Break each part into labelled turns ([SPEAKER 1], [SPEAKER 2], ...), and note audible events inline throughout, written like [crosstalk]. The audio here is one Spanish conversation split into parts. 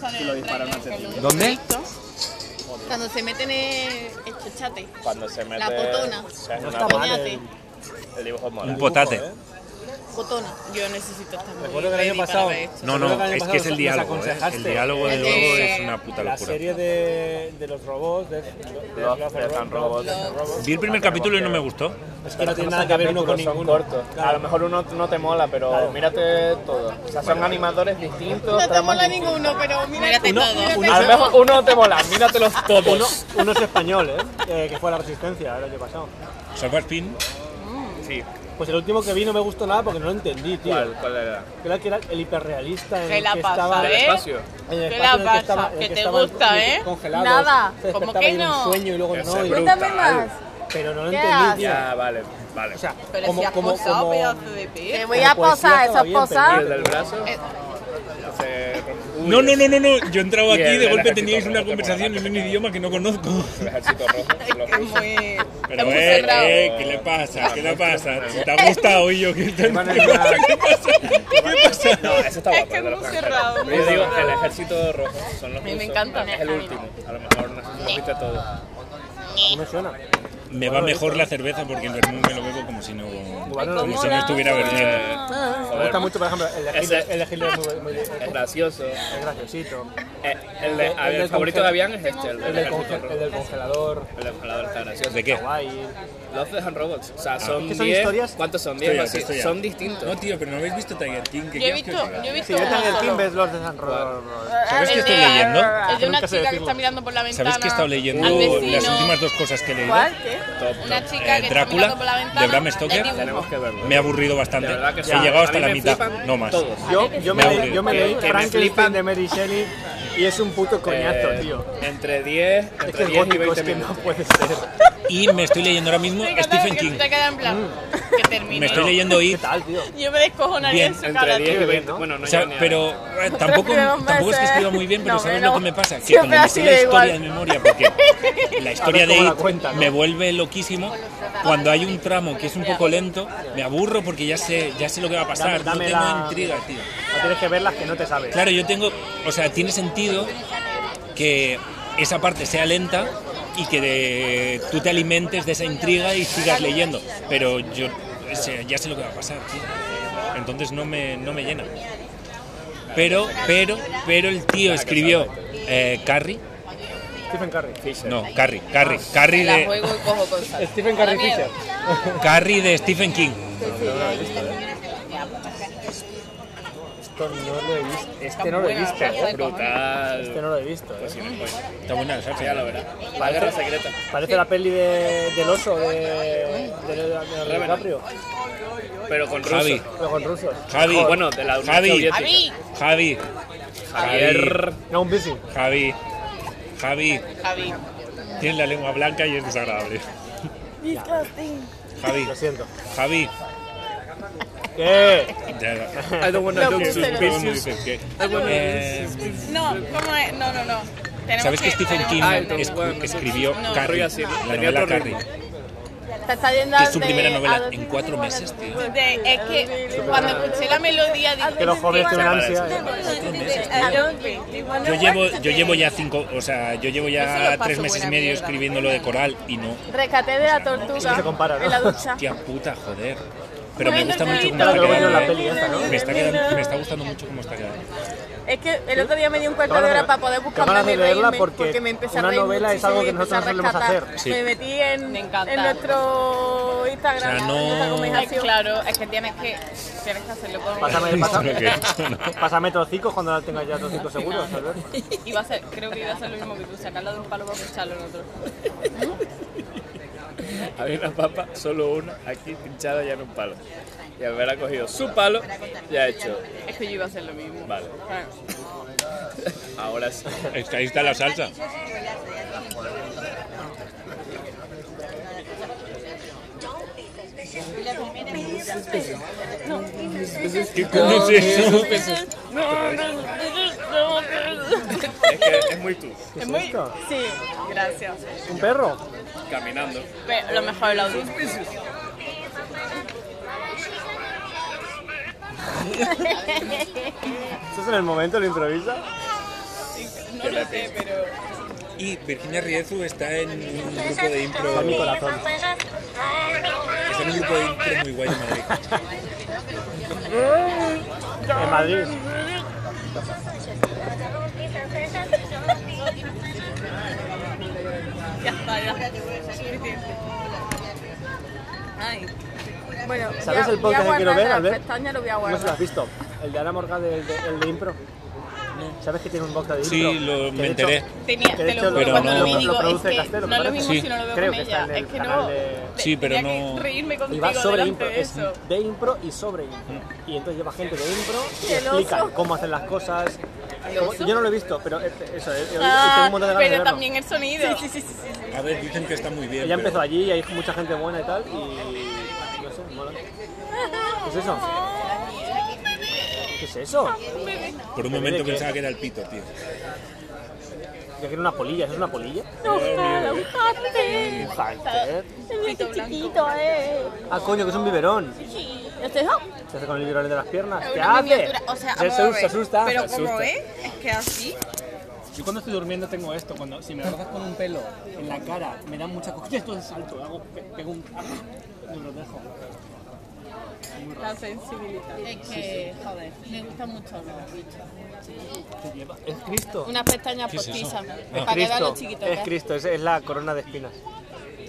[SPEAKER 1] sale
[SPEAKER 2] Lo
[SPEAKER 1] en el
[SPEAKER 2] disparan
[SPEAKER 1] tráiler,
[SPEAKER 2] antes.
[SPEAKER 1] con los
[SPEAKER 3] ¿Dónde?
[SPEAKER 1] proyectos. Cuando se meten en el chochate.
[SPEAKER 4] Cuando se mete.
[SPEAKER 1] La potona.
[SPEAKER 4] se hace
[SPEAKER 5] No
[SPEAKER 4] una
[SPEAKER 5] está
[SPEAKER 4] po-
[SPEAKER 5] mal
[SPEAKER 1] Coñate.
[SPEAKER 5] el-
[SPEAKER 4] El dibujo es mola.
[SPEAKER 3] Un potate.
[SPEAKER 5] ¿eh?
[SPEAKER 1] Potona. Yo necesito estar muy
[SPEAKER 5] Recuerdo que el
[SPEAKER 1] ready
[SPEAKER 5] año
[SPEAKER 1] para
[SPEAKER 5] pasado-
[SPEAKER 1] ver esto.
[SPEAKER 3] No,
[SPEAKER 5] Seguro
[SPEAKER 3] no,
[SPEAKER 5] que el año
[SPEAKER 3] es que es el
[SPEAKER 5] pasado nos
[SPEAKER 3] diálogo. ¿eh? El
[SPEAKER 5] aconsejaste.
[SPEAKER 3] diálogo de
[SPEAKER 1] Eh,
[SPEAKER 3] luego es una puta
[SPEAKER 5] La
[SPEAKER 3] locura.
[SPEAKER 5] serie de, de los robots, de, de, de
[SPEAKER 4] Love,
[SPEAKER 5] Love
[SPEAKER 4] Death and Robots.
[SPEAKER 5] Love and Robots,
[SPEAKER 3] Vi el primer capítulo y no me gustó.
[SPEAKER 5] es que no tiene nada que ver uno con
[SPEAKER 4] Son
[SPEAKER 5] ninguno.
[SPEAKER 4] cortos. A lo mejor uno no te mola, pero
[SPEAKER 5] Claro.
[SPEAKER 4] mírate todo. O sea, son animadores distintos.
[SPEAKER 1] No te
[SPEAKER 4] tramas
[SPEAKER 1] mola
[SPEAKER 4] distintas.
[SPEAKER 1] ninguno, pero mírate
[SPEAKER 5] Uno-
[SPEAKER 1] todo.
[SPEAKER 5] uno-
[SPEAKER 4] A lo mejor uno no te mola,
[SPEAKER 5] [laughs]
[SPEAKER 4] míratelos todos.
[SPEAKER 5] Uno, uno es español, ¿eh? Eh, que fue la Resistencia el año pasado.
[SPEAKER 3] Salva Spin.
[SPEAKER 4] Sí,
[SPEAKER 5] Pues el último que vi no me gustó nada porque no lo entendí, tío.
[SPEAKER 4] ¿cuál, cuál era?
[SPEAKER 5] Creo que era el hiperrealista en
[SPEAKER 1] ¿Qué
[SPEAKER 5] el
[SPEAKER 1] la
[SPEAKER 5] que
[SPEAKER 1] pasa,
[SPEAKER 5] estaba...
[SPEAKER 4] ¿Del
[SPEAKER 1] ¿Eh?
[SPEAKER 4] espacio?
[SPEAKER 5] en el
[SPEAKER 1] ¿Qué la
[SPEAKER 5] espacio en el que
[SPEAKER 1] pasa?
[SPEAKER 5] estaba- en el
[SPEAKER 1] Que te
[SPEAKER 5] estaban
[SPEAKER 1] gusta, ¿eh?
[SPEAKER 5] congelados,
[SPEAKER 6] Nada.
[SPEAKER 5] se
[SPEAKER 1] ¿Cómo
[SPEAKER 5] despertaba
[SPEAKER 1] que
[SPEAKER 5] y en
[SPEAKER 1] no?
[SPEAKER 5] un sueño y luego
[SPEAKER 4] Ese
[SPEAKER 5] no. y-
[SPEAKER 4] brutal.
[SPEAKER 6] Cuéntame más.
[SPEAKER 5] Pero no lo
[SPEAKER 6] ¿Qué
[SPEAKER 5] entendí,
[SPEAKER 6] haces?
[SPEAKER 5] tío.
[SPEAKER 4] Ya, Ah, vale, vale.
[SPEAKER 5] O sea,
[SPEAKER 1] Pero
[SPEAKER 5] como,
[SPEAKER 1] si has
[SPEAKER 5] como,
[SPEAKER 1] posado,
[SPEAKER 5] como-
[SPEAKER 1] pedazo de pez.
[SPEAKER 6] Te voy
[SPEAKER 5] La poesía
[SPEAKER 6] a posar,
[SPEAKER 5] estaba
[SPEAKER 6] eso es
[SPEAKER 5] bien
[SPEAKER 4] ¿Y el
[SPEAKER 6] posar.
[SPEAKER 4] del brazo?
[SPEAKER 1] Eh.
[SPEAKER 4] Se- Uy,
[SPEAKER 3] No, no, no, no, no. Yo he entrado
[SPEAKER 4] Y [laughs]
[SPEAKER 3] aquí
[SPEAKER 4] el
[SPEAKER 3] y de
[SPEAKER 4] del
[SPEAKER 3] golpe
[SPEAKER 4] ejército,
[SPEAKER 3] teníais
[SPEAKER 4] no
[SPEAKER 3] una
[SPEAKER 4] te
[SPEAKER 3] conversación
[SPEAKER 4] mola,
[SPEAKER 3] en
[SPEAKER 4] no
[SPEAKER 3] un
[SPEAKER 4] te mola.
[SPEAKER 3] idioma que no conozco.
[SPEAKER 4] [laughs] El ejército rojo. los
[SPEAKER 1] Es
[SPEAKER 4] rusos.
[SPEAKER 5] [laughs]
[SPEAKER 1] muy. es
[SPEAKER 3] Pero,
[SPEAKER 1] muy
[SPEAKER 3] eh,
[SPEAKER 1] cerrado.
[SPEAKER 3] eh, ¿qué le pasa? ¿Qué le pasa? Si te ha gustado y yo que te- ¿Qué
[SPEAKER 4] Van a
[SPEAKER 3] [laughs] pasa?
[SPEAKER 4] llegar.
[SPEAKER 3] ¿Qué pasa? ¿Qué pasa?
[SPEAKER 4] No, ese
[SPEAKER 1] [laughs]
[SPEAKER 4] está
[SPEAKER 1] Es
[SPEAKER 4] guapo.
[SPEAKER 1] que
[SPEAKER 4] el de
[SPEAKER 1] es
[SPEAKER 4] los
[SPEAKER 1] muy
[SPEAKER 4] franjas.
[SPEAKER 1] cerrado, muy
[SPEAKER 4] Yo digo, el
[SPEAKER 1] cerrado.
[SPEAKER 4] ejército rojo. Son los
[SPEAKER 1] mí me
[SPEAKER 4] rusos.
[SPEAKER 1] encanta.
[SPEAKER 4] Es el último. A lo mejor no sé si lo viste todo.
[SPEAKER 5] No me suena.
[SPEAKER 3] Me va mejor la cerveza porque el vermú me lo bebo como si no,
[SPEAKER 5] Ay, cómo
[SPEAKER 3] como si no estuviera bebiendo.
[SPEAKER 5] Me gusta mucho, por ejemplo, el de
[SPEAKER 4] Ese-
[SPEAKER 5] Hitler, el de Hitler es muy, muy- es
[SPEAKER 4] Es gracioso.
[SPEAKER 5] graciosito.
[SPEAKER 4] Eh, el,
[SPEAKER 5] El
[SPEAKER 4] de,
[SPEAKER 5] del
[SPEAKER 4] a ver, el favorito de Avian
[SPEAKER 5] congelador.
[SPEAKER 4] es este, el
[SPEAKER 5] El
[SPEAKER 4] del
[SPEAKER 5] del,
[SPEAKER 4] ejército
[SPEAKER 5] conge-
[SPEAKER 4] rojo.
[SPEAKER 5] el del congelador,
[SPEAKER 4] El del congelador está gracioso.
[SPEAKER 3] ¿De qué?
[SPEAKER 5] guay.
[SPEAKER 4] Love, Death and Robots. O sea, son
[SPEAKER 5] que son
[SPEAKER 4] 10.
[SPEAKER 5] historias-
[SPEAKER 4] ¿Cuántos son?
[SPEAKER 3] Estoy
[SPEAKER 4] 10
[SPEAKER 3] harto, estoy harto.
[SPEAKER 4] Son distintos.
[SPEAKER 3] No, tío, pero no habéis visto Tiger King. que
[SPEAKER 1] Yo he
[SPEAKER 3] creo que
[SPEAKER 1] visto,
[SPEAKER 3] os diga.
[SPEAKER 1] yo he visto
[SPEAKER 5] Sí, yo
[SPEAKER 1] uno
[SPEAKER 5] también el
[SPEAKER 1] solo.
[SPEAKER 5] Team ves los de San Ro-
[SPEAKER 3] ¿Sabes qué
[SPEAKER 1] El
[SPEAKER 3] estoy
[SPEAKER 1] de-
[SPEAKER 3] leyendo?
[SPEAKER 1] El de una
[SPEAKER 5] Nunca sé
[SPEAKER 1] chica que
[SPEAKER 5] decirlo.
[SPEAKER 1] está mirando por la ventana.
[SPEAKER 3] ¿Sabéis que he estado leyendo
[SPEAKER 1] al
[SPEAKER 3] las
[SPEAKER 1] vecino.
[SPEAKER 3] últimas dos cosas que he leído?
[SPEAKER 6] ¿Cuál? ¿Qué?
[SPEAKER 4] Top,
[SPEAKER 1] Una
[SPEAKER 4] top.
[SPEAKER 1] chica
[SPEAKER 3] Eh,
[SPEAKER 1] que está
[SPEAKER 3] Drácula,
[SPEAKER 1] mirando por la ventana.
[SPEAKER 3] de Bram Stoker.
[SPEAKER 1] el dibujo.
[SPEAKER 4] Tenemos que verlo.
[SPEAKER 3] Me he aburrido bastante.
[SPEAKER 4] De verdad que
[SPEAKER 3] He
[SPEAKER 4] sí.
[SPEAKER 3] llegado hasta
[SPEAKER 4] A mí
[SPEAKER 3] la
[SPEAKER 4] me
[SPEAKER 3] mitad,
[SPEAKER 4] flipan
[SPEAKER 3] no más.
[SPEAKER 4] todos.
[SPEAKER 5] Yo, yo
[SPEAKER 3] Me
[SPEAKER 5] me,
[SPEAKER 3] aburre.
[SPEAKER 5] yo me
[SPEAKER 4] Que-
[SPEAKER 5] leí
[SPEAKER 4] que me
[SPEAKER 5] Frankenstein
[SPEAKER 4] flipan.
[SPEAKER 5] de Mary Shelley y es un puto coñazo,
[SPEAKER 4] Eh,
[SPEAKER 5] tío.
[SPEAKER 4] Entre 10,
[SPEAKER 5] Es que
[SPEAKER 4] entre 10
[SPEAKER 5] el
[SPEAKER 4] y
[SPEAKER 5] gótico
[SPEAKER 4] 20
[SPEAKER 5] es que no
[SPEAKER 4] minutos.
[SPEAKER 5] puede ser.
[SPEAKER 3] Y me estoy leyendo ahora mismo
[SPEAKER 1] Me encanta
[SPEAKER 3] Stephen
[SPEAKER 1] porque
[SPEAKER 3] King. Mm.
[SPEAKER 1] Te queda en plan. Que termine.
[SPEAKER 3] Me estoy leyendo
[SPEAKER 5] ¿Qué
[SPEAKER 3] It.
[SPEAKER 5] tal, tío?
[SPEAKER 1] Yo me descojonaría
[SPEAKER 3] Bien,
[SPEAKER 1] en su cara.
[SPEAKER 4] Entre 10 y
[SPEAKER 5] tío,
[SPEAKER 4] 20.
[SPEAKER 5] ¿no?
[SPEAKER 4] Bueno, no
[SPEAKER 3] O sea,
[SPEAKER 4] llegan ni a-
[SPEAKER 3] pero eh, tampoco,
[SPEAKER 6] Prefiero
[SPEAKER 3] tampoco es que
[SPEAKER 6] meses.
[SPEAKER 3] escriba muy bien, pero
[SPEAKER 6] No,
[SPEAKER 3] ¿sabes
[SPEAKER 6] pero
[SPEAKER 3] lo que me pasa? Que
[SPEAKER 6] siempre
[SPEAKER 3] como
[SPEAKER 6] ha
[SPEAKER 3] me sé la
[SPEAKER 6] sido
[SPEAKER 3] historia de
[SPEAKER 6] igual.
[SPEAKER 3] memoria,
[SPEAKER 1] [laughs]
[SPEAKER 3] porque la historia
[SPEAKER 5] [laughs] A ver
[SPEAKER 3] de
[SPEAKER 5] cómo la
[SPEAKER 3] It
[SPEAKER 5] cuenta, ¿no?
[SPEAKER 3] me vuelve loquísimo, cuando hay un tramo que es un poco lento, me aburro porque ya sé, ya sé lo que va a pasar,
[SPEAKER 5] Dame- dame
[SPEAKER 3] no tengo
[SPEAKER 5] la-
[SPEAKER 3] intriga, tío.
[SPEAKER 5] No tienes que ver las que no te sabes.
[SPEAKER 3] Claro, yo tengo, o sea, tiene sentido que esa parte sea lenta y que de- tú te alimentes de esa intriga y sigas leyendo, pero yo sé- ya sé lo que va a pasar, tío. entonces no me, no me llena. Pero, pero, pero el tío escribió eh, Carrie,
[SPEAKER 5] Stephen Curry.
[SPEAKER 4] Fisher.
[SPEAKER 3] no, Carrie, Carrie, Carrie
[SPEAKER 1] La
[SPEAKER 3] de,
[SPEAKER 1] juego y cojo cosas.
[SPEAKER 5] Stephen
[SPEAKER 1] Me
[SPEAKER 5] Curry
[SPEAKER 1] da miedo.
[SPEAKER 5] Fisher.
[SPEAKER 3] Carrie de Stephen King.
[SPEAKER 5] Esto no lo he visto. Este
[SPEAKER 1] Está
[SPEAKER 5] no lo he
[SPEAKER 1] buena,
[SPEAKER 5] visto.
[SPEAKER 1] está
[SPEAKER 5] ¿eh? Este
[SPEAKER 4] Brutal.
[SPEAKER 5] no lo he visto. ¿eh?
[SPEAKER 4] Pues sí, me voy.
[SPEAKER 3] Está buena, ¿sabes?
[SPEAKER 4] Ya lo verás. La guerra secreta.
[SPEAKER 5] Parece la peli de, del oso de, de, de, de DiCaprio,
[SPEAKER 4] Pero con ruso.
[SPEAKER 3] Javi,
[SPEAKER 5] pero con rusos.
[SPEAKER 3] Javi,
[SPEAKER 4] Bueno, de la Unión
[SPEAKER 3] Javi,
[SPEAKER 4] Soviética.
[SPEAKER 1] Javi,
[SPEAKER 3] Javi,
[SPEAKER 4] Javier.
[SPEAKER 5] No, un bici.
[SPEAKER 3] Javi, Javi.
[SPEAKER 1] Javi.
[SPEAKER 3] Tiene la lengua blanca y es desagradable. Javi,
[SPEAKER 5] Lo siento.
[SPEAKER 3] Javi.
[SPEAKER 5] ¿Qué?
[SPEAKER 3] Ya,
[SPEAKER 4] I don't wanna
[SPEAKER 6] Lo
[SPEAKER 4] look
[SPEAKER 6] puse, lo
[SPEAKER 4] suspicious. I wanna
[SPEAKER 3] Eh,
[SPEAKER 1] No, ¿cómo es? No, no, no. Tenemos
[SPEAKER 3] ¿Sabes que Stephen
[SPEAKER 1] tenemos
[SPEAKER 3] King
[SPEAKER 4] Ah,
[SPEAKER 1] que-
[SPEAKER 4] el
[SPEAKER 3] es-
[SPEAKER 4] bueno,
[SPEAKER 3] que escribió
[SPEAKER 1] no.
[SPEAKER 3] Carrie,
[SPEAKER 4] Río así,
[SPEAKER 3] la
[SPEAKER 4] tenía
[SPEAKER 3] novela
[SPEAKER 4] otro
[SPEAKER 3] Carrie,
[SPEAKER 4] ritmo.
[SPEAKER 6] Te está yendo
[SPEAKER 3] que es su
[SPEAKER 6] de-
[SPEAKER 3] primera
[SPEAKER 6] a
[SPEAKER 3] novela
[SPEAKER 6] dos
[SPEAKER 3] en cuatro
[SPEAKER 6] iguales.
[SPEAKER 3] meses, tío?
[SPEAKER 1] De- es que cuando escuché la melodía dije,
[SPEAKER 5] Que los jóvenes tienen ansia. ¿eh?
[SPEAKER 3] Yo llevo, yo llevo ya cinco, o sea, yo llevo
[SPEAKER 1] Yo se
[SPEAKER 3] ya
[SPEAKER 1] lo paso
[SPEAKER 3] tres meses y
[SPEAKER 1] buena
[SPEAKER 3] medio
[SPEAKER 1] mierda.
[SPEAKER 3] escribiéndolo de coral y no,
[SPEAKER 6] Rescaté de la
[SPEAKER 5] Es que se compara,
[SPEAKER 6] tortuga
[SPEAKER 5] ¿no?
[SPEAKER 6] en la ducha.
[SPEAKER 3] tía puta, joder. Pero me
[SPEAKER 6] Bueno,
[SPEAKER 3] gusta mucho cómo
[SPEAKER 6] claro,
[SPEAKER 3] está
[SPEAKER 6] lo
[SPEAKER 3] quedando.
[SPEAKER 6] bueno es la
[SPEAKER 3] eh.
[SPEAKER 5] peli esta, ¿no?
[SPEAKER 3] Me está quedando- me está gustando mucho cómo está quedando.
[SPEAKER 6] Es que el otro día me di un
[SPEAKER 5] Te
[SPEAKER 6] cuarto
[SPEAKER 5] van a
[SPEAKER 6] de hora
[SPEAKER 5] re-
[SPEAKER 6] para poder
[SPEAKER 5] te
[SPEAKER 6] buscar
[SPEAKER 5] van a
[SPEAKER 6] más de
[SPEAKER 5] releerla
[SPEAKER 6] reírme
[SPEAKER 5] porque
[SPEAKER 6] porque me empecé a
[SPEAKER 5] una
[SPEAKER 6] reír
[SPEAKER 5] novela es
[SPEAKER 6] muchísimo
[SPEAKER 5] algo
[SPEAKER 6] y
[SPEAKER 5] que nosotros
[SPEAKER 6] empecé a
[SPEAKER 5] no solemos
[SPEAKER 6] rescatar.
[SPEAKER 5] hacer.
[SPEAKER 3] Sí.
[SPEAKER 6] Me metí en,
[SPEAKER 1] Me encanta.
[SPEAKER 6] en nuestro Instagram,
[SPEAKER 3] O sea, no-
[SPEAKER 6] en nuestra
[SPEAKER 1] es que,
[SPEAKER 6] conversación.
[SPEAKER 1] claro, es que tienes que, tienes que hacerlo con...
[SPEAKER 5] Pásame, pásame,
[SPEAKER 3] Lo que he hecho, ¿no?
[SPEAKER 5] pásame trocicos cuando la tengas ya trocicos seguros, Albert.
[SPEAKER 1] [laughs] Iba a ser, creo que iba a ser lo mismo que tú, sacarla de un palo para escucharlo en otro.
[SPEAKER 4] Había una papa, solo una, aquí pinchada ya en un palo. Y Albert ha cogido su palo y ha hecho.
[SPEAKER 1] Es que yo iba a hacer lo mismo.
[SPEAKER 4] Vale.
[SPEAKER 1] Ah.
[SPEAKER 4] Ahora sí.
[SPEAKER 3] Es que ahí está la salsa. ¿Qué [laughs] coño es eso?
[SPEAKER 4] Es que es muy tú,
[SPEAKER 5] ¿Qué es esto?
[SPEAKER 1] Sí, gracias.
[SPEAKER 5] ¿Un perro?
[SPEAKER 4] caminando.
[SPEAKER 1] Pero lo mejor es el audio.
[SPEAKER 5] ¿Estás en el momento? ¿Lo improvisa?
[SPEAKER 1] Y No lo sé, pero.
[SPEAKER 3] Y Virginia Riezu está en un grupo de impro.
[SPEAKER 5] mi corazón.
[SPEAKER 3] Está en un grupo de impro muy guay en Madrid.
[SPEAKER 5] En Madrid.
[SPEAKER 1] Ya está, ya. Ay,
[SPEAKER 6] Bueno,
[SPEAKER 5] ¿Sabes
[SPEAKER 6] voy a-
[SPEAKER 5] el
[SPEAKER 6] voy a
[SPEAKER 5] podcast que quiero
[SPEAKER 6] guardar
[SPEAKER 5] ver,
[SPEAKER 6] las
[SPEAKER 5] Albert?
[SPEAKER 6] pestañas, lo voy a
[SPEAKER 5] No sé si lo has
[SPEAKER 6] guardar.
[SPEAKER 5] visto. El de Ana Morgan, el de, el de impro. ¿Sabes que tiene un podcast de
[SPEAKER 3] Sí,
[SPEAKER 5] impro?
[SPEAKER 3] lo-
[SPEAKER 5] Que
[SPEAKER 3] me
[SPEAKER 5] de
[SPEAKER 3] enteré.
[SPEAKER 1] tenía,
[SPEAKER 5] que
[SPEAKER 1] te
[SPEAKER 5] de
[SPEAKER 1] lo
[SPEAKER 5] hecho
[SPEAKER 1] juro,
[SPEAKER 3] pero
[SPEAKER 1] cuando
[SPEAKER 3] no-
[SPEAKER 1] lo vi,
[SPEAKER 3] lo
[SPEAKER 1] digo, es
[SPEAKER 5] produce
[SPEAKER 1] que
[SPEAKER 5] Castelo,
[SPEAKER 1] no es lo
[SPEAKER 5] ¿me
[SPEAKER 1] mismo
[SPEAKER 3] parece?
[SPEAKER 1] si no lo veo
[SPEAKER 5] Creo
[SPEAKER 1] con
[SPEAKER 5] que está
[SPEAKER 1] ella.
[SPEAKER 5] en el
[SPEAKER 1] es que no.
[SPEAKER 5] canal de-
[SPEAKER 3] Sí, pero
[SPEAKER 1] tenía que
[SPEAKER 3] no-
[SPEAKER 1] reírme
[SPEAKER 5] Y
[SPEAKER 1] contigo
[SPEAKER 5] va sobre
[SPEAKER 1] delante
[SPEAKER 5] impro,
[SPEAKER 1] de
[SPEAKER 5] es
[SPEAKER 1] eso.
[SPEAKER 5] de impro y sobre impro. Y entonces lleva gente de impro y
[SPEAKER 6] El
[SPEAKER 5] explican
[SPEAKER 6] oso.
[SPEAKER 5] cómo hacen las cosas. Yo no lo he visto, pero es- eso, he- he oído y tengo
[SPEAKER 1] Ah,
[SPEAKER 5] un montón de ganas de
[SPEAKER 1] pero
[SPEAKER 5] verlo.
[SPEAKER 1] también el sonido.
[SPEAKER 6] Sí, sí, sí, sí, sí.
[SPEAKER 3] A ver, dicen que está muy bien.
[SPEAKER 5] Ella
[SPEAKER 3] pero-
[SPEAKER 5] empezó allí y hay mucha gente buena y tal, y no sé, mola. ¿Qué es eso? ¿Qué es eso?
[SPEAKER 3] Por un momento pensaba que era el pito, tío.
[SPEAKER 5] Yo quiero una polilla, ¿eso es una polilla?
[SPEAKER 6] Ojalá, ojalá.
[SPEAKER 5] Un hámster.
[SPEAKER 1] Pito blanco.
[SPEAKER 6] Chiquito, eh.
[SPEAKER 5] Ah, coño, que es un biberón.
[SPEAKER 6] Este es-
[SPEAKER 5] Se hace con el biberón de las piernas. ¿Qué
[SPEAKER 1] Una
[SPEAKER 5] hace?
[SPEAKER 1] miniatura, O sea,
[SPEAKER 5] se,
[SPEAKER 1] vamos a ver,
[SPEAKER 5] asusta, se asusta.
[SPEAKER 1] Pero
[SPEAKER 5] se
[SPEAKER 1] como
[SPEAKER 5] asusta.
[SPEAKER 1] es, es que así.
[SPEAKER 2] Yo cuando estoy durmiendo tengo esto, cuando si me rozas con un pelo en la cara, me dan mucha cosquillas, todo salto, hago, pe- pego un... y lo dejo.
[SPEAKER 6] La sensibilidad.
[SPEAKER 1] Es que, joder, me gusta mucho los bichos.
[SPEAKER 5] Es Cristo.
[SPEAKER 1] Unas pestañas
[SPEAKER 3] ¿Qué es eso?
[SPEAKER 1] postizas.
[SPEAKER 3] Ah.
[SPEAKER 1] Para que vean
[SPEAKER 5] Cristo.
[SPEAKER 1] los chiquitos. ¿eh?
[SPEAKER 5] Es Cristo, es, es la corona de espinas.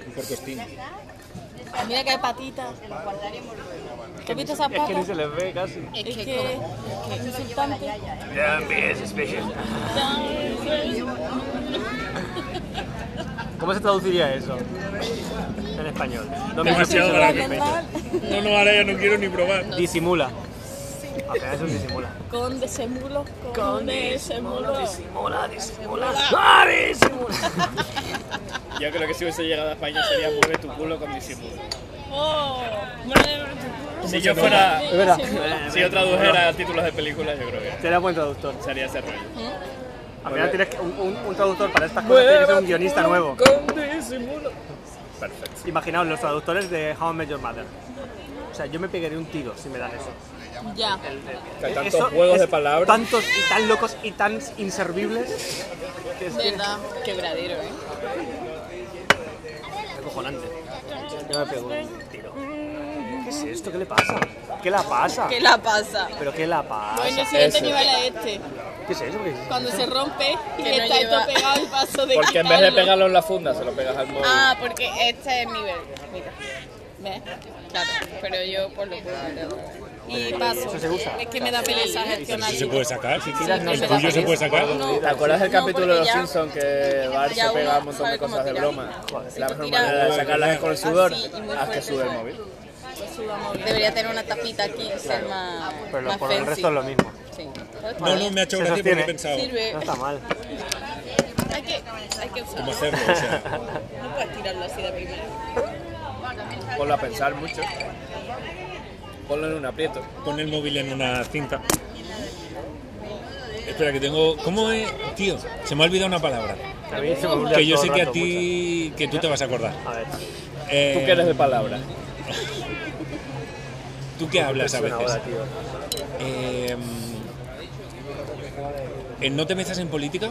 [SPEAKER 3] Un porcostín.
[SPEAKER 1] ¿verdad? Mira que hay patitas. ¿Te has visto esas
[SPEAKER 5] Es que ni
[SPEAKER 1] patas?
[SPEAKER 5] se les ve casi.
[SPEAKER 1] Es que, es que es insultante.
[SPEAKER 5] ¿Cómo se traduciría eso? En español. No me
[SPEAKER 3] Demasiado
[SPEAKER 5] acuerdo.
[SPEAKER 3] grave. No, no, ahora ya no quiero ni probar.
[SPEAKER 5] Disimula. Al final es un disimula.
[SPEAKER 1] Con disimulo, con disimulo.
[SPEAKER 5] Disimula, disimula. ¡Ah, disimula!
[SPEAKER 4] Yo creo que si hubiese llegado a España sería mueve tu culo con disimulo.
[SPEAKER 1] Oh,
[SPEAKER 4] Si yo fuera,
[SPEAKER 5] Es verdad.
[SPEAKER 4] si yo tradujera títulos de películas, yo creo que
[SPEAKER 5] Será buen traductor.
[SPEAKER 4] sería ese rollo.
[SPEAKER 5] Al final tienes que, un, un- un traductor para estas cosas tiene que ser un guionista nuevo.
[SPEAKER 4] Perfecto.
[SPEAKER 5] Imaginaos los traductores de How I Met Your Mother. O sea, yo me pegaría un tiro si me dan eso.
[SPEAKER 1] ya.
[SPEAKER 4] Hay tantos
[SPEAKER 5] Eh, Eso
[SPEAKER 4] juegos
[SPEAKER 5] es
[SPEAKER 4] de palabras.
[SPEAKER 5] Tantos y tan locos y tan inservibles. Que es, que
[SPEAKER 1] Verdad, quebradero, ¿eh?
[SPEAKER 5] es acojonante. Yo me pego un tiro. ¿Qué es esto? ¿Qué le pasa? ¿Qué la pasa?
[SPEAKER 1] ¿Qué la pasa?
[SPEAKER 5] ¿Pero qué la pasa?
[SPEAKER 1] Bueno, el siguiente
[SPEAKER 4] Ese.
[SPEAKER 1] nivel es este.
[SPEAKER 5] ¿Qué es eso? ¿Qué es eso?
[SPEAKER 1] Cuando se rompe y
[SPEAKER 6] Que no
[SPEAKER 1] está
[SPEAKER 6] lleva-
[SPEAKER 1] esto pegado al paso de
[SPEAKER 4] Porque en vez de
[SPEAKER 1] quitarlo.
[SPEAKER 4] pegarlo en la funda, se lo pegas al móvil.
[SPEAKER 1] Ah, porque este es mi nivel. Mira. ¿Ves? Claro, pero yo por lo puedo. Y paso.
[SPEAKER 5] ¿Eso se usa?
[SPEAKER 1] Es que me da pereza
[SPEAKER 3] Eso
[SPEAKER 1] gestionar.
[SPEAKER 3] se puede sacar.
[SPEAKER 5] tiras, no
[SPEAKER 3] el
[SPEAKER 5] se
[SPEAKER 3] tuyo
[SPEAKER 5] saca.
[SPEAKER 3] se puede sacar.
[SPEAKER 1] No,
[SPEAKER 4] ¿Te acuerdas del
[SPEAKER 1] no,
[SPEAKER 4] capítulo de Los
[SPEAKER 1] porque ya-
[SPEAKER 4] Simpsons que Bart se
[SPEAKER 1] ya
[SPEAKER 4] pega
[SPEAKER 1] uno
[SPEAKER 4] un montón
[SPEAKER 1] sabe
[SPEAKER 4] de
[SPEAKER 1] cómo
[SPEAKER 4] cosas de
[SPEAKER 1] tirar.
[SPEAKER 4] broma? La mejor
[SPEAKER 1] tirar.
[SPEAKER 4] manera de sacarlas es con el sudor.
[SPEAKER 1] Así, y muy
[SPEAKER 4] Haz que
[SPEAKER 1] fuerte.
[SPEAKER 4] sube el móvil.
[SPEAKER 1] Debería tener una tapita aquí, ser más.
[SPEAKER 5] Pero lo-
[SPEAKER 1] más
[SPEAKER 5] por el
[SPEAKER 1] fancy.
[SPEAKER 5] resto es lo mismo.
[SPEAKER 1] Sí.
[SPEAKER 3] No, no, me ha hecho
[SPEAKER 5] Se
[SPEAKER 3] gracia porque
[SPEAKER 5] sostiene.
[SPEAKER 3] he pensado
[SPEAKER 1] Sirve.
[SPEAKER 5] No está mal.
[SPEAKER 1] Hay que, hay que usarlo.
[SPEAKER 3] cómo hacerlo. O sea,
[SPEAKER 5] [laughs]
[SPEAKER 1] No puedes tirarlo así de primera.
[SPEAKER 4] Ponlo a pensar mucho. Ponlo en un aprieto.
[SPEAKER 3] pon el móvil en una cinta. Espera, que tengo. ¿Cómo es? Tío, se me ha olvidado una palabra.
[SPEAKER 5] A mí se me olvida
[SPEAKER 3] Que yo
[SPEAKER 5] todo
[SPEAKER 3] sé
[SPEAKER 5] el
[SPEAKER 3] que a
[SPEAKER 5] rato
[SPEAKER 3] ti. que tú te vas a acordar.
[SPEAKER 5] mucho. A ver.
[SPEAKER 3] Eh,
[SPEAKER 4] Tú que eres de palabras.
[SPEAKER 3] ¿Tú qué hablas a
[SPEAKER 5] Es una
[SPEAKER 3] veces?
[SPEAKER 5] hora, tío.
[SPEAKER 3] Eh, en ¿No te metas en política?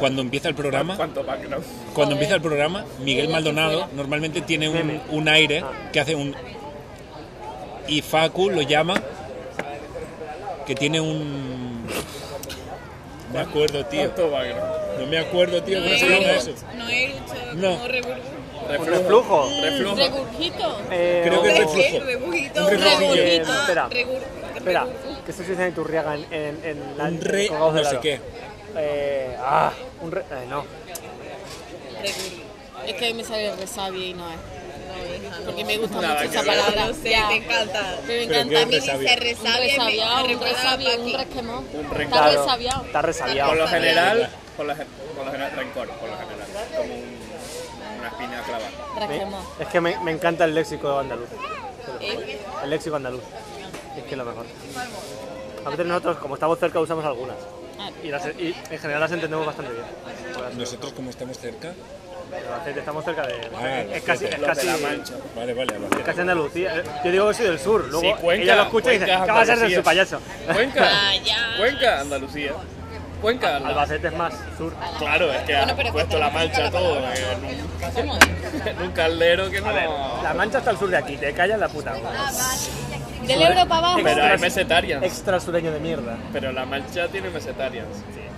[SPEAKER 3] Cuando empieza el programa,
[SPEAKER 4] ¿Cuánto background?
[SPEAKER 3] cuando empieza el programa, Miguel Maldonado normalmente tiene un,
[SPEAKER 5] Meme.
[SPEAKER 3] un aire que hace un y Facu lo llama que tiene un no me acuerdo tío,
[SPEAKER 4] ¿Cuánto background?
[SPEAKER 3] no me acuerdo tío, ¿cómo se llama eso?
[SPEAKER 1] No he hecho
[SPEAKER 3] No.
[SPEAKER 1] como rebur-
[SPEAKER 5] Un
[SPEAKER 4] Reflujo.
[SPEAKER 5] reflujo.
[SPEAKER 4] Reflujo.
[SPEAKER 1] regurgito.
[SPEAKER 5] Eh,
[SPEAKER 3] Creo que
[SPEAKER 5] o-
[SPEAKER 3] es reflujo.
[SPEAKER 1] ¿Qué? Rebujito.
[SPEAKER 3] Un rebujillo.
[SPEAKER 5] Eh,
[SPEAKER 1] rebujito.
[SPEAKER 5] espera.
[SPEAKER 1] Ah, Regur-
[SPEAKER 5] Espera, que se dice en Iturriaga en, en, en la
[SPEAKER 3] Un re-
[SPEAKER 5] en Colgados de
[SPEAKER 3] no sé
[SPEAKER 5] Laro?
[SPEAKER 3] qué.
[SPEAKER 5] Eh, ah, un re. eh, no.
[SPEAKER 1] regur- Es que me sale resabia y no es. Porque me gusta
[SPEAKER 4] Nada
[SPEAKER 1] mucho
[SPEAKER 4] que
[SPEAKER 1] esa
[SPEAKER 4] ver.
[SPEAKER 1] palabra. No sé, me encanta. Me encanta.
[SPEAKER 3] qué
[SPEAKER 1] A mí
[SPEAKER 3] resabia.
[SPEAKER 1] dice resabia. me-
[SPEAKER 7] resabia,
[SPEAKER 1] me
[SPEAKER 7] un
[SPEAKER 1] recuerda a
[SPEAKER 7] resabio, un
[SPEAKER 1] Paqui.
[SPEAKER 7] resquemón.
[SPEAKER 4] Rencor.
[SPEAKER 5] Claro,
[SPEAKER 7] resabiado.
[SPEAKER 5] Está resabiado.
[SPEAKER 4] Por lo general, por lo, gen- por lo general, rencor, por lo general. Como un- una espina clavada.
[SPEAKER 7] Rajemo.
[SPEAKER 5] Me- es que me, me encanta el léxico andaluz.
[SPEAKER 1] ¿Eh?
[SPEAKER 5] El léxico andaluz. Es que es lo mejor. A veces nosotros, como estamos cerca, usamos algunas.
[SPEAKER 1] Ah.
[SPEAKER 5] Y, las- y en general las entendemos bastante bien.
[SPEAKER 3] Nosotros como estamos cerca,
[SPEAKER 5] Pero Albacete, Estamos cerca de.
[SPEAKER 3] Ah,
[SPEAKER 5] es casi. Es
[SPEAKER 3] Albacete.
[SPEAKER 4] Los de
[SPEAKER 5] casi
[SPEAKER 4] la mancha.
[SPEAKER 3] vale, vale,
[SPEAKER 5] es
[SPEAKER 3] Albacete.
[SPEAKER 5] casi Andalucía. Yo digo que soy del sur. Luego
[SPEAKER 4] Sí, Cuenca,
[SPEAKER 5] ella lo escucha y dice:
[SPEAKER 4] Cuenca es
[SPEAKER 5] ¿Qué vas a ser de su
[SPEAKER 1] Ah,
[SPEAKER 4] Andalucía".
[SPEAKER 5] payaso?
[SPEAKER 4] Cuenca.
[SPEAKER 1] Vaya.
[SPEAKER 4] Cuenca, Andalucía. Cuenca. al-
[SPEAKER 5] [laughs] Albacete es más sur.
[SPEAKER 4] Claro, es que
[SPEAKER 1] Bueno,
[SPEAKER 4] ha
[SPEAKER 1] pero
[SPEAKER 4] puesto la mancha todo eh, en un,
[SPEAKER 1] ¿Cómo?
[SPEAKER 4] [laughs] en un caldero que no...
[SPEAKER 5] A ver, la mancha está al sur de aquí, te callas la puta. boca.
[SPEAKER 1] Del euro para abajo.
[SPEAKER 4] Pero hay
[SPEAKER 5] Extras-
[SPEAKER 4] mesetarians.
[SPEAKER 5] Extra sureño de mierda.
[SPEAKER 4] Pero la mancha tiene mesetarians.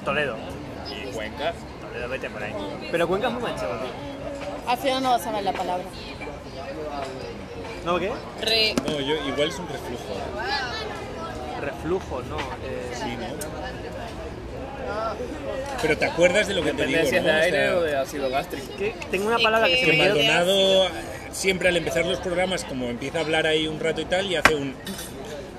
[SPEAKER 5] Toledo.
[SPEAKER 4] Y Cuenca.
[SPEAKER 5] Toledo, vete por ahí. Pero Cuenca es muy manchego, tío.
[SPEAKER 6] Al final no vas a ver la palabra.
[SPEAKER 5] ¿No qué?
[SPEAKER 1] Re-
[SPEAKER 3] No, yo, igual es un reflujo. ¿eh?
[SPEAKER 5] Reflujo, no. eh,
[SPEAKER 3] Sí, ¿no? Pero te acuerdas de lo que te digo,
[SPEAKER 4] Depende si es de
[SPEAKER 3] ¿no? O
[SPEAKER 5] Este-
[SPEAKER 4] aire
[SPEAKER 3] sea,
[SPEAKER 4] o de ácido gástrico.
[SPEAKER 5] que tengo una palabra que se
[SPEAKER 3] que
[SPEAKER 5] me quedó.
[SPEAKER 3] Maldonado eh, siempre al empezar los programas como empieza a hablar ahí un rato y tal y hace un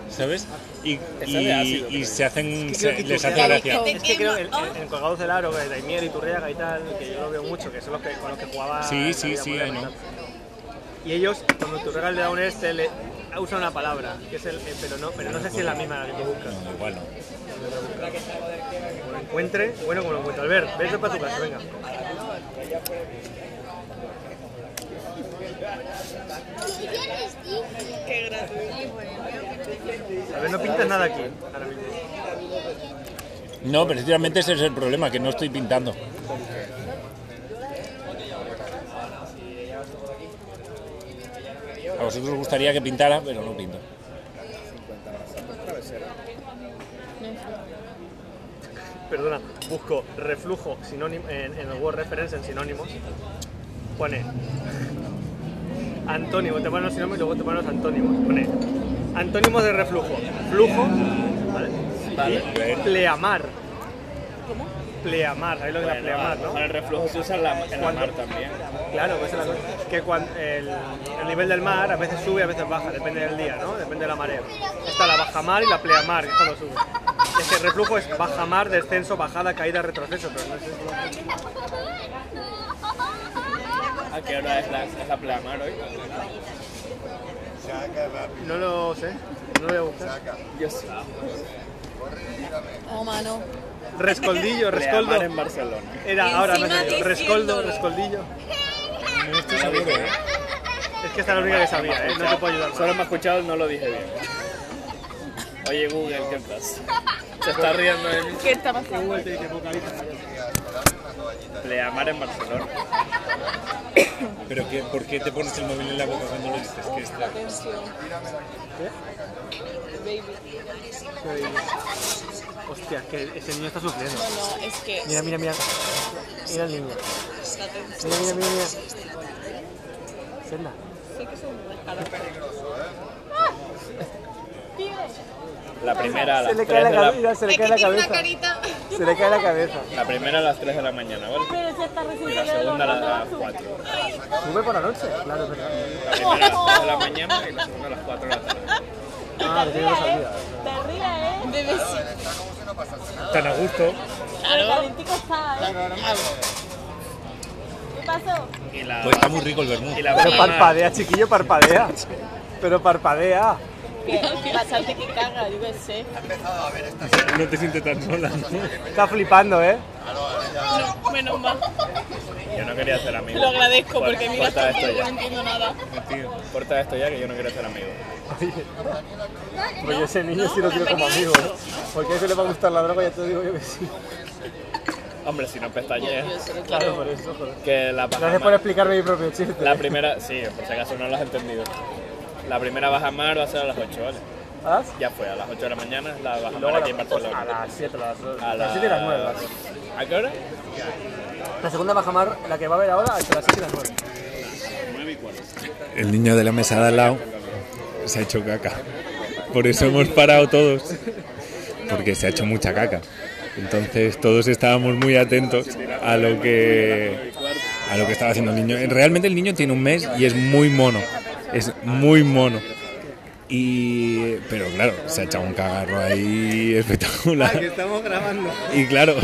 [SPEAKER 3] ¿sabes? y,
[SPEAKER 4] Esa
[SPEAKER 3] y-
[SPEAKER 4] de ácido,
[SPEAKER 3] y
[SPEAKER 4] creo.
[SPEAKER 3] se hacen
[SPEAKER 5] creo
[SPEAKER 3] se-
[SPEAKER 5] que
[SPEAKER 3] les
[SPEAKER 5] tú-
[SPEAKER 3] hace gracia
[SPEAKER 5] Es que creo el, el, el colgado del aro, de Daimiel y Turriaga y tal, que yo lo veo mucho, que son los que, con los que jugaba.
[SPEAKER 3] Sí,
[SPEAKER 5] la
[SPEAKER 3] sí,
[SPEAKER 5] vida
[SPEAKER 3] sí,
[SPEAKER 5] moderna
[SPEAKER 3] I
[SPEAKER 5] y tal. Y ellos, cuando Turriaga le da un este, le usa una palabra, que es el, eh, pero no, pero no sé si es la misma la que tú buscas.
[SPEAKER 3] no, igual no
[SPEAKER 5] Como lo encuentre, bueno, como lo encuentre. Albert, vete para tu casa, venga. A ver, no pintas nada aquí, ahora mismo.
[SPEAKER 3] no precisamente ese es el problema que no estoy pintando a vosotros os gustaría que pintara pero no pinto
[SPEAKER 5] Perdona, busco reflujo sinónimo, en, en el Word Reference, en sinónimos. Pone antónimo, te ponen los sinónimos y luego te ponen los antónimos. Pone antónimos de reflujo. Flujo, ¿vale?
[SPEAKER 3] Vale.
[SPEAKER 5] Y pleamar. ¿Cómo? Pleamar, ¿sabéis lo que es la pleamar, no?
[SPEAKER 4] el reflujo se usa en la, en la mar también.
[SPEAKER 5] Claro, pues es la cosa. Que cuan- el, el nivel del mar a veces sube, a veces baja, depende del día, ¿no? Depende de la marea. Está la bajamar y la pleamar, que es cuando sube. Es que el reflujo es bajamar, descenso, bajada, caída, retroceso, pero no es eso.
[SPEAKER 4] ¿A qué hora es la, es la pleamar hoy?
[SPEAKER 5] No lo sé, no lo voy a buscar.
[SPEAKER 4] Yo sí.
[SPEAKER 6] Oh, mano.
[SPEAKER 4] [laughs]
[SPEAKER 5] Rescoldillo, rescoldo.
[SPEAKER 4] Pleamar en Barcelona.
[SPEAKER 5] Era ahora, no
[SPEAKER 1] Encima
[SPEAKER 5] sé yo. Rescoldo,
[SPEAKER 1] diciéndolo.
[SPEAKER 5] rescoldillo.
[SPEAKER 3] no estoy seguro ¿eh?
[SPEAKER 5] Es que esta es la única que sabía, ¿eh? No te puedo ayudar.
[SPEAKER 4] Solo
[SPEAKER 5] Más.
[SPEAKER 4] me ha escuchado y no lo dije bien. Oye, Google, ¿qué pasa? Se está riendo de mí.
[SPEAKER 6] ¿Qué está pasando?
[SPEAKER 4] Pleamar en Barcelona.
[SPEAKER 3] pero que, ¿por qué te pones el móvil en la boca cuando lo dices? que es la-
[SPEAKER 5] Hostia, que ese niño está sufriendo.
[SPEAKER 1] No, es que
[SPEAKER 5] Mira, mira, mira. Mira el niño. Mira, mira, mira. mira. Senda.
[SPEAKER 4] La primera a las
[SPEAKER 5] Se le
[SPEAKER 4] 3
[SPEAKER 5] cae
[SPEAKER 4] de la,
[SPEAKER 5] la cabeza. Mira, se le
[SPEAKER 1] Es que
[SPEAKER 5] cae la
[SPEAKER 1] tiene una
[SPEAKER 5] cabeza.
[SPEAKER 1] carita.
[SPEAKER 5] Se le cae la cabeza.
[SPEAKER 4] la primera a las 3 de la mañana, ¿vale?
[SPEAKER 6] Pero se está
[SPEAKER 4] Y la
[SPEAKER 6] recibiendo de los
[SPEAKER 4] segunda a las
[SPEAKER 6] mandados.
[SPEAKER 4] 4.
[SPEAKER 5] Sube por la noche. Claro, es verdad.
[SPEAKER 6] [laughs]
[SPEAKER 4] La primera a las 3 de
[SPEAKER 6] Oh.
[SPEAKER 4] la mañana y la segunda a las 4 de la tarde.
[SPEAKER 5] Ah, que tiene dos salidas.
[SPEAKER 6] Te ríes, ¿eh?
[SPEAKER 3] tan a gusto
[SPEAKER 6] Pero calentico está, ¿eh? ¿Qué pasó?
[SPEAKER 4] Y la,
[SPEAKER 3] pues está muy rico el vermú
[SPEAKER 4] y la
[SPEAKER 5] Pero
[SPEAKER 4] pleamar-
[SPEAKER 5] parpadea, chiquillo, parpadea. Pero parpadea.
[SPEAKER 6] Que bastante que caga, yo qué sé.
[SPEAKER 3] no te sientes tan sola
[SPEAKER 5] Está flipando, ¿eh?
[SPEAKER 1] No, menos mal.
[SPEAKER 4] Yo no quería ser amigo.
[SPEAKER 1] [laughs] Lo agradezco
[SPEAKER 4] Corta-
[SPEAKER 1] porque mira hasta
[SPEAKER 4] corta esto
[SPEAKER 1] aquí no
[SPEAKER 4] ya.
[SPEAKER 1] entiendo nada.
[SPEAKER 4] Corta esto ya que yo no quiero ser amigo.
[SPEAKER 5] Pues yo ese niño sí lo quiero como amigo, ¿eh? Porque a ese le va a gustar la droga, ya te digo yo que sí.
[SPEAKER 4] Hombre, si no pestañeas.
[SPEAKER 5] [laughs] Claro, por eso, joder.
[SPEAKER 4] Que la
[SPEAKER 5] Gracias por
[SPEAKER 4] Bahamar.
[SPEAKER 5] explicarme mi propio chiste.
[SPEAKER 4] La primera. Sí, por si acaso no lo has entendido. La primera Bajamar va a ser a las 8, ¿vale?
[SPEAKER 5] ¿Vas?
[SPEAKER 4] Ya fue, a las 8 de la mañana la
[SPEAKER 5] Y
[SPEAKER 4] Bajamar
[SPEAKER 5] luego
[SPEAKER 4] aquí en Barcelona.
[SPEAKER 5] a las 7, a las 2.
[SPEAKER 4] A
[SPEAKER 5] A las 7 y las 9.
[SPEAKER 4] ¿A qué hora?
[SPEAKER 5] La segunda bajamar, la que va a haber ahora, hasta las 7 y las 9.
[SPEAKER 3] El niño de la mesa de al lado se ha hecho caca. Por eso hemos parado todos. Porque se ha hecho mucha caca. Entonces todos estábamos muy atentos a lo que a lo que estaba haciendo el niño. Realmente el niño tiene un mes y es muy mono. Es muy mono. Y pero claro, se ha echado un cagarro ahí espectacular.
[SPEAKER 5] Ah, Estamos grabando.
[SPEAKER 3] Y claro,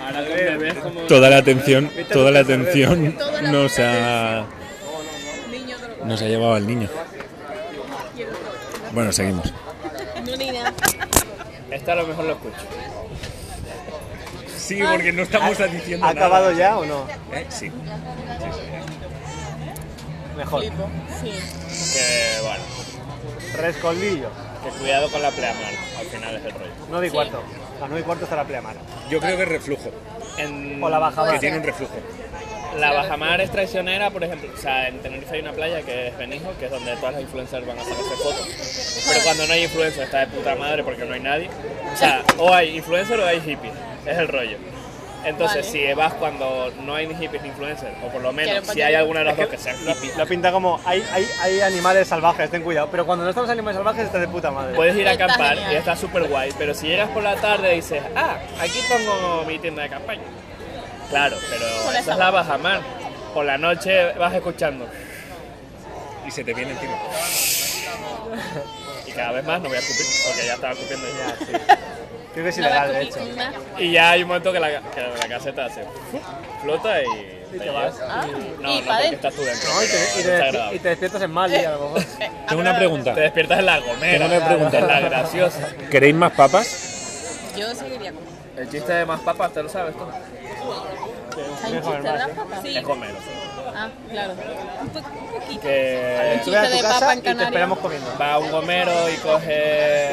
[SPEAKER 4] Ahora con bebés como.
[SPEAKER 3] toda la atención, toda la atención nos ha, nos ha llevado al niño. Bueno, seguimos.
[SPEAKER 6] No, ni idea.
[SPEAKER 4] Esta a lo mejor lo escucho.
[SPEAKER 3] Sí, porque no estamos
[SPEAKER 6] Ah,
[SPEAKER 3] diciendo
[SPEAKER 5] ¿Ha acabado ya o no?
[SPEAKER 3] Eh, Sí.
[SPEAKER 5] Mejor.
[SPEAKER 4] Que bueno,
[SPEAKER 5] Rescoldillo.
[SPEAKER 4] que cuidado con la pleamar. Al final es el rollo.
[SPEAKER 5] No di cuarto. A 9 y cuarto está la pleamar.
[SPEAKER 3] Yo creo que es reflujo.
[SPEAKER 4] En-
[SPEAKER 5] O la bajamar.
[SPEAKER 3] Que tiene un reflujo.
[SPEAKER 4] La Bajamar es traicionera, por ejemplo. O sea, en Tenerife hay una playa que es Benijo, que es donde todas las influencers van a sacarse fotos. Pero cuando no hay influencers está de puta madre porque no hay nadie. O sea, o hay influencer o hay hippies. Es el rollo. Entonces, si vas cuando no hay ni hippies ni influencers, o por lo menos
[SPEAKER 1] Quiero
[SPEAKER 4] si
[SPEAKER 1] poner-
[SPEAKER 4] hay alguno de los dos que sean
[SPEAKER 5] La,
[SPEAKER 4] hippies,
[SPEAKER 5] la pinta como hay, hay, hay animales salvajes, ten cuidado. Pero cuando no están los animales salvajes está de puta madre.
[SPEAKER 4] puedes ir a
[SPEAKER 1] Está
[SPEAKER 4] acampar
[SPEAKER 1] genial.
[SPEAKER 4] y está súper guay. Pero si llegas por la tarde y dices, ah, aquí pongo mi tienda de campaña. Claro, pero
[SPEAKER 1] Por
[SPEAKER 4] esa
[SPEAKER 1] esa
[SPEAKER 4] es la Bajamar. Por la noche vas escuchando.
[SPEAKER 3] Y se te viene encima.
[SPEAKER 4] Y cada vez más no voy a escupir, porque ya estaba escupiendo ya.
[SPEAKER 5] Creo que es
[SPEAKER 1] No va a
[SPEAKER 5] ilegal, de hecho.
[SPEAKER 1] escupir más.
[SPEAKER 4] Y ya hay un momento que la, que la caseta hace flota y, te vas.
[SPEAKER 1] y
[SPEAKER 4] No, no,
[SPEAKER 1] pa'
[SPEAKER 4] porque
[SPEAKER 1] dentro.
[SPEAKER 4] estás tú dentro.
[SPEAKER 5] No, y, te, y,
[SPEAKER 4] pero es
[SPEAKER 5] te,
[SPEAKER 4] desagradable.
[SPEAKER 5] y te despiertas en Mali, a lo
[SPEAKER 1] [laughs]
[SPEAKER 5] mejor.
[SPEAKER 3] Tengo una pregunta.
[SPEAKER 4] Te despiertas en la gomera.
[SPEAKER 3] Tengo una pregunta.
[SPEAKER 4] En [laughs] la graciosa.
[SPEAKER 3] ¿Queréis más papas?
[SPEAKER 1] Yo seguiría comiendo.
[SPEAKER 4] El chiste de más papas, ¿te lo sabes tú?
[SPEAKER 1] ¿Hay un chiste de las papas? Sí.
[SPEAKER 4] Es comer.
[SPEAKER 1] Ah, claro. Un, po- un poquito.
[SPEAKER 4] Que
[SPEAKER 5] Tú ve a
[SPEAKER 1] Chiste
[SPEAKER 5] tu
[SPEAKER 1] de
[SPEAKER 5] casa
[SPEAKER 1] papa en
[SPEAKER 5] y te
[SPEAKER 1] Canarias.
[SPEAKER 5] esperamos comiendo.
[SPEAKER 4] va un gomero y coge.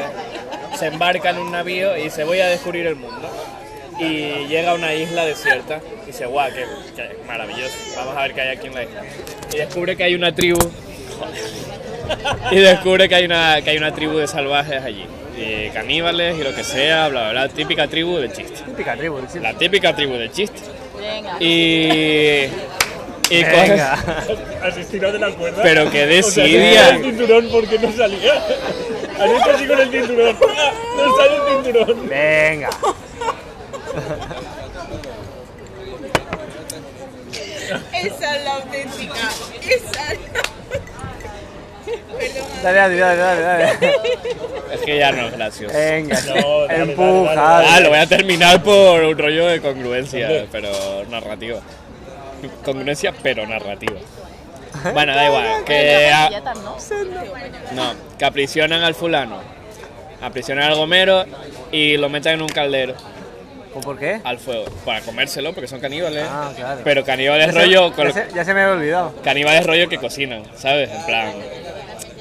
[SPEAKER 4] Se embarca en un navío y dice: Voy a descubrir el mundo. Y llega a una isla desierta y dice: Guau, qué, qué maravilloso. Vamos a ver qué hay aquí en la isla. Y descubre que hay una tribu. Y descubre que hay una, que hay una tribu de salvajes allí. Y caníbales y lo que sea, bla, bla, bla. Típica tribu del chiste.
[SPEAKER 5] Típica tribu, sí.
[SPEAKER 4] La típica tribu del chiste.
[SPEAKER 1] Venga.
[SPEAKER 4] Y. Y coge.
[SPEAKER 5] Venga.
[SPEAKER 2] Asestinado de la cuerda.
[SPEAKER 4] Pero qué desidia.
[SPEAKER 2] tenía el cinturón porque no salía. Han hecho así con el cinturón. ¡Ah! No sale el cinturón.
[SPEAKER 5] Venga.
[SPEAKER 6] Esa es la auténtica. Esa es la
[SPEAKER 5] Dale, dale, dale, dale. dale.
[SPEAKER 4] Es que ya no es gracioso.
[SPEAKER 5] Venga.
[SPEAKER 2] No, dale, dale,
[SPEAKER 5] Empuja.
[SPEAKER 2] dale,
[SPEAKER 4] Ah, lo voy a terminar por un rollo de congruencia, pero narrativa. Congruencia, pero narrativa. Bueno, da igual. Que a-
[SPEAKER 6] ¿no?
[SPEAKER 4] no, que aprisionan al fulano. Aprisionan al gomero y lo meten en un caldero
[SPEAKER 5] ¿O por qué?
[SPEAKER 4] al fuego. Para comérselo, porque son caníbales.
[SPEAKER 5] Ah, claro.
[SPEAKER 4] Pero
[SPEAKER 5] Ya
[SPEAKER 4] caníbales
[SPEAKER 5] se-
[SPEAKER 4] rollo,
[SPEAKER 5] ya
[SPEAKER 4] con-
[SPEAKER 5] se, ya se me había olvidado.
[SPEAKER 4] caníbales rollo que cocinan, ¿sabes? En plan,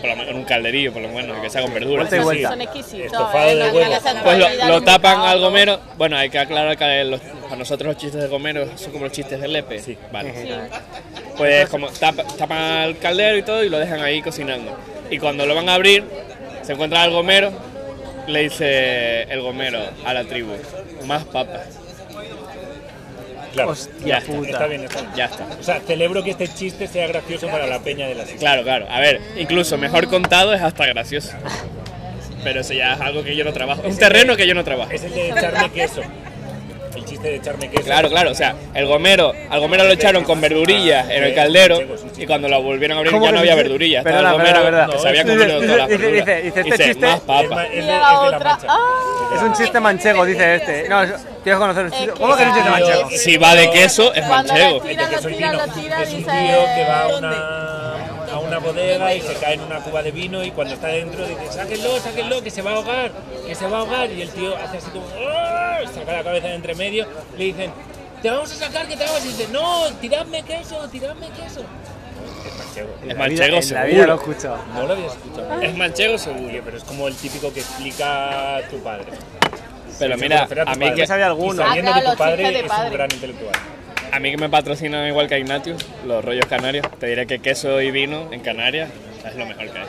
[SPEAKER 4] por lo menos en un calderillo, por lo menos, que sea con verduras.
[SPEAKER 5] Vuelta y
[SPEAKER 4] Sí,
[SPEAKER 5] vuelta.
[SPEAKER 6] Son exquisitos.
[SPEAKER 1] eh,
[SPEAKER 2] Estofado de huevo.
[SPEAKER 4] Pues lo, lo tapan al gomero. Bueno, hay que aclarar que los- a nosotros los chistes de gomero son como los chistes de lepe. Sí. Vale. Pues como tapa- tapan al caldero y todo y lo dejan ahí cocinando. Y cuando lo van a abrir, se encuentra al gomero, le dice el gomero a la tribu, más papas.
[SPEAKER 3] Claro.
[SPEAKER 4] Ya
[SPEAKER 5] Hostia
[SPEAKER 4] está,
[SPEAKER 5] puta.
[SPEAKER 2] Está bien, está bien.
[SPEAKER 4] Ya está.
[SPEAKER 2] O sea, celebro que este chiste sea gracioso para la peña de la isla.
[SPEAKER 4] Claro, claro. A ver, incluso mejor contado es hasta gracioso. Pero eso ya es algo que yo no trabajo. Un terreno que yo no trabajo.
[SPEAKER 2] Es el de echarme queso. El chiste de echarme queso.
[SPEAKER 4] Claro, claro, o sea, el gomero, al gomero lo echaron con verdurillas en el caldero y cuando lo volvieron a abrir
[SPEAKER 5] ¿Cómo
[SPEAKER 4] ya
[SPEAKER 5] que
[SPEAKER 4] no había
[SPEAKER 5] dice?
[SPEAKER 4] verdurillas. Estaba
[SPEAKER 5] Perdona,
[SPEAKER 4] el gomero
[SPEAKER 5] perdona, perdona.
[SPEAKER 4] que se había
[SPEAKER 5] Dice-
[SPEAKER 4] comido toda la
[SPEAKER 5] dice-
[SPEAKER 4] verdura.
[SPEAKER 5] dice- dice, este chiste-
[SPEAKER 4] más
[SPEAKER 2] Es, ma-
[SPEAKER 4] papa.
[SPEAKER 2] es de,
[SPEAKER 6] Y
[SPEAKER 2] es
[SPEAKER 6] a
[SPEAKER 2] de
[SPEAKER 6] la
[SPEAKER 2] la
[SPEAKER 6] otra.
[SPEAKER 2] mancha.
[SPEAKER 6] ¡Ah!
[SPEAKER 5] Es un chiste manchego, dice este. No, es- tienes que conocer un chiste. ¿Cómo que es un chiste manchego?
[SPEAKER 4] Si va de queso, es
[SPEAKER 6] Cuando
[SPEAKER 4] manchego.
[SPEAKER 6] la
[SPEAKER 2] Este
[SPEAKER 6] tira,
[SPEAKER 2] que
[SPEAKER 6] lo
[SPEAKER 2] soy
[SPEAKER 6] tira,
[SPEAKER 2] vino.
[SPEAKER 6] lo tira,
[SPEAKER 2] es un tío
[SPEAKER 6] dice.
[SPEAKER 2] que va a
[SPEAKER 6] ¿dónde?
[SPEAKER 2] una, a una bodega y se cae en una cuba de vino y cuando está dentro dice, sáquenlo, sáquenlo, que se va a ahogar, que se va a ahogar. Y el tío hace así como, "Ah", y saca la cabeza de entre medio, le dicen, te vamos a sacar, que te vamos. Y dice, no, tiradme queso, tiradme queso. Es manchego.
[SPEAKER 4] Es
[SPEAKER 5] En la vida-
[SPEAKER 4] manchego
[SPEAKER 5] en la vida lo he
[SPEAKER 4] seguro.
[SPEAKER 5] escuchado.
[SPEAKER 2] No lo habías escuchado.
[SPEAKER 4] Es manchego
[SPEAKER 2] Oye,
[SPEAKER 4] seguro.
[SPEAKER 2] pero es como el típico que explica tu padre.
[SPEAKER 4] Pero mira, a mí que,
[SPEAKER 5] padre. Sabía alguno.
[SPEAKER 2] Y sabiendo
[SPEAKER 6] Ah,
[SPEAKER 2] que
[SPEAKER 6] claro,
[SPEAKER 2] tu padre,
[SPEAKER 6] los chistes de
[SPEAKER 2] es un
[SPEAKER 6] padre.
[SPEAKER 2] gran intelectual.
[SPEAKER 4] a mí que me patrocinan igual que a Ignatius, los rollos canarios, te diré que queso y vino en Canarias es lo mejor que hay.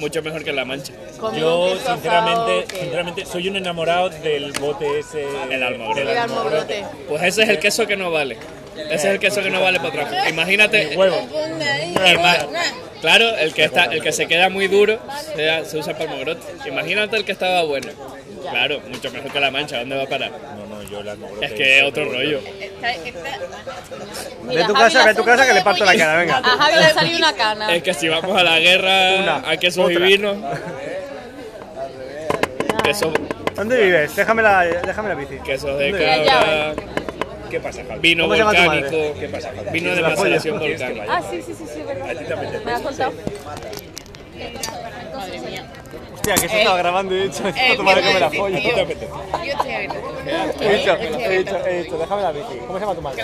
[SPEAKER 4] Mucho mejor que en La Mancha.
[SPEAKER 6] Comí un
[SPEAKER 2] Yo,
[SPEAKER 6] queso asado
[SPEAKER 2] sinceramente,
[SPEAKER 6] que-
[SPEAKER 2] sinceramente, soy un enamorado del bote ese.
[SPEAKER 4] El almobrote.
[SPEAKER 2] del
[SPEAKER 6] El almobrote.
[SPEAKER 4] Pues ese es el queso que no vale. Ese es el queso que no vale para trabajar. Imagínate,
[SPEAKER 2] El huevo.
[SPEAKER 4] Pero, hermano, Eh, Claro, el que está, el que se queda muy duro se, se usa para el mogrote. Imagínate el que estaba bueno. Claro, mucho mejor que la mancha, ¿dónde va a parar?
[SPEAKER 2] No, no, yo el almobrote.
[SPEAKER 4] Es que es otro rollo.
[SPEAKER 5] Ve a tu casa, ve a tu casa que le parto la cara, venga.
[SPEAKER 6] A Javi le salió una cana.
[SPEAKER 4] Es que si vamos a la guerra,
[SPEAKER 5] Una,
[SPEAKER 4] a quesos y
[SPEAKER 5] otra.
[SPEAKER 4] vinos. Quesos,
[SPEAKER 5] ¿Dónde vives? Déjame la, déjame la bici.
[SPEAKER 4] quesos de
[SPEAKER 5] ¿Dónde vives?
[SPEAKER 4] cabra,
[SPEAKER 2] ¿Qué pasa, Javi?
[SPEAKER 4] vino
[SPEAKER 5] ¿Cómo se llama tu madre?
[SPEAKER 4] volcánico,
[SPEAKER 2] ¿Qué pasa, Javi?
[SPEAKER 4] vino
[SPEAKER 5] ¿Te
[SPEAKER 4] de
[SPEAKER 5] la follas?
[SPEAKER 4] maceración volcánica.
[SPEAKER 6] Ah, sí, sí, sí, sí, es
[SPEAKER 2] A ti
[SPEAKER 6] verdad.
[SPEAKER 2] también te
[SPEAKER 6] Me has contado.
[SPEAKER 1] madre mía.
[SPEAKER 5] Hostia, que eso
[SPEAKER 1] Eh,
[SPEAKER 5] estaba grabando y he dicho,
[SPEAKER 1] eh,
[SPEAKER 5] esto tu madre que me la
[SPEAKER 1] sí,
[SPEAKER 5] folla.
[SPEAKER 1] tío.
[SPEAKER 3] te apetece?
[SPEAKER 1] Yo estoy abierta.
[SPEAKER 5] He dicho,
[SPEAKER 1] Eh,
[SPEAKER 5] he dicho, he dicho, déjame la bici. ¿Cómo se llama tu madre?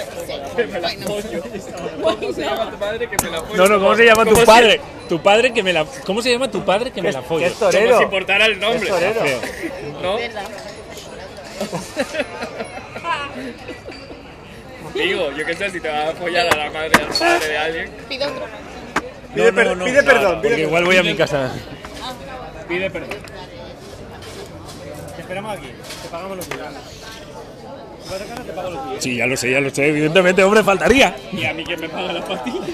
[SPEAKER 2] No, no, ¿cómo se llama
[SPEAKER 3] tu padre? Tu padre que me la... ¿Cómo se llama tu padre que me la
[SPEAKER 5] Que
[SPEAKER 3] follo?
[SPEAKER 5] es torero.
[SPEAKER 4] Como si importara el
[SPEAKER 5] Es
[SPEAKER 4] nombre.
[SPEAKER 5] torero.
[SPEAKER 3] Feo.
[SPEAKER 4] ¿No? [laughs] Digo, yo qué sé, si te vas a follar a la madre al padre de alguien,
[SPEAKER 1] Pido otro.
[SPEAKER 5] Pide, per- pide perdón.
[SPEAKER 3] Porque
[SPEAKER 5] Pide
[SPEAKER 3] igual voy a mi casa.
[SPEAKER 4] pide perdón.
[SPEAKER 5] Te esperamos aquí. Te pagamos los días.
[SPEAKER 3] Sí, ya lo sé, ya lo sé. Evidentemente, hombre, faltaría.
[SPEAKER 4] ¿Y a mí quién me paga las pastillas?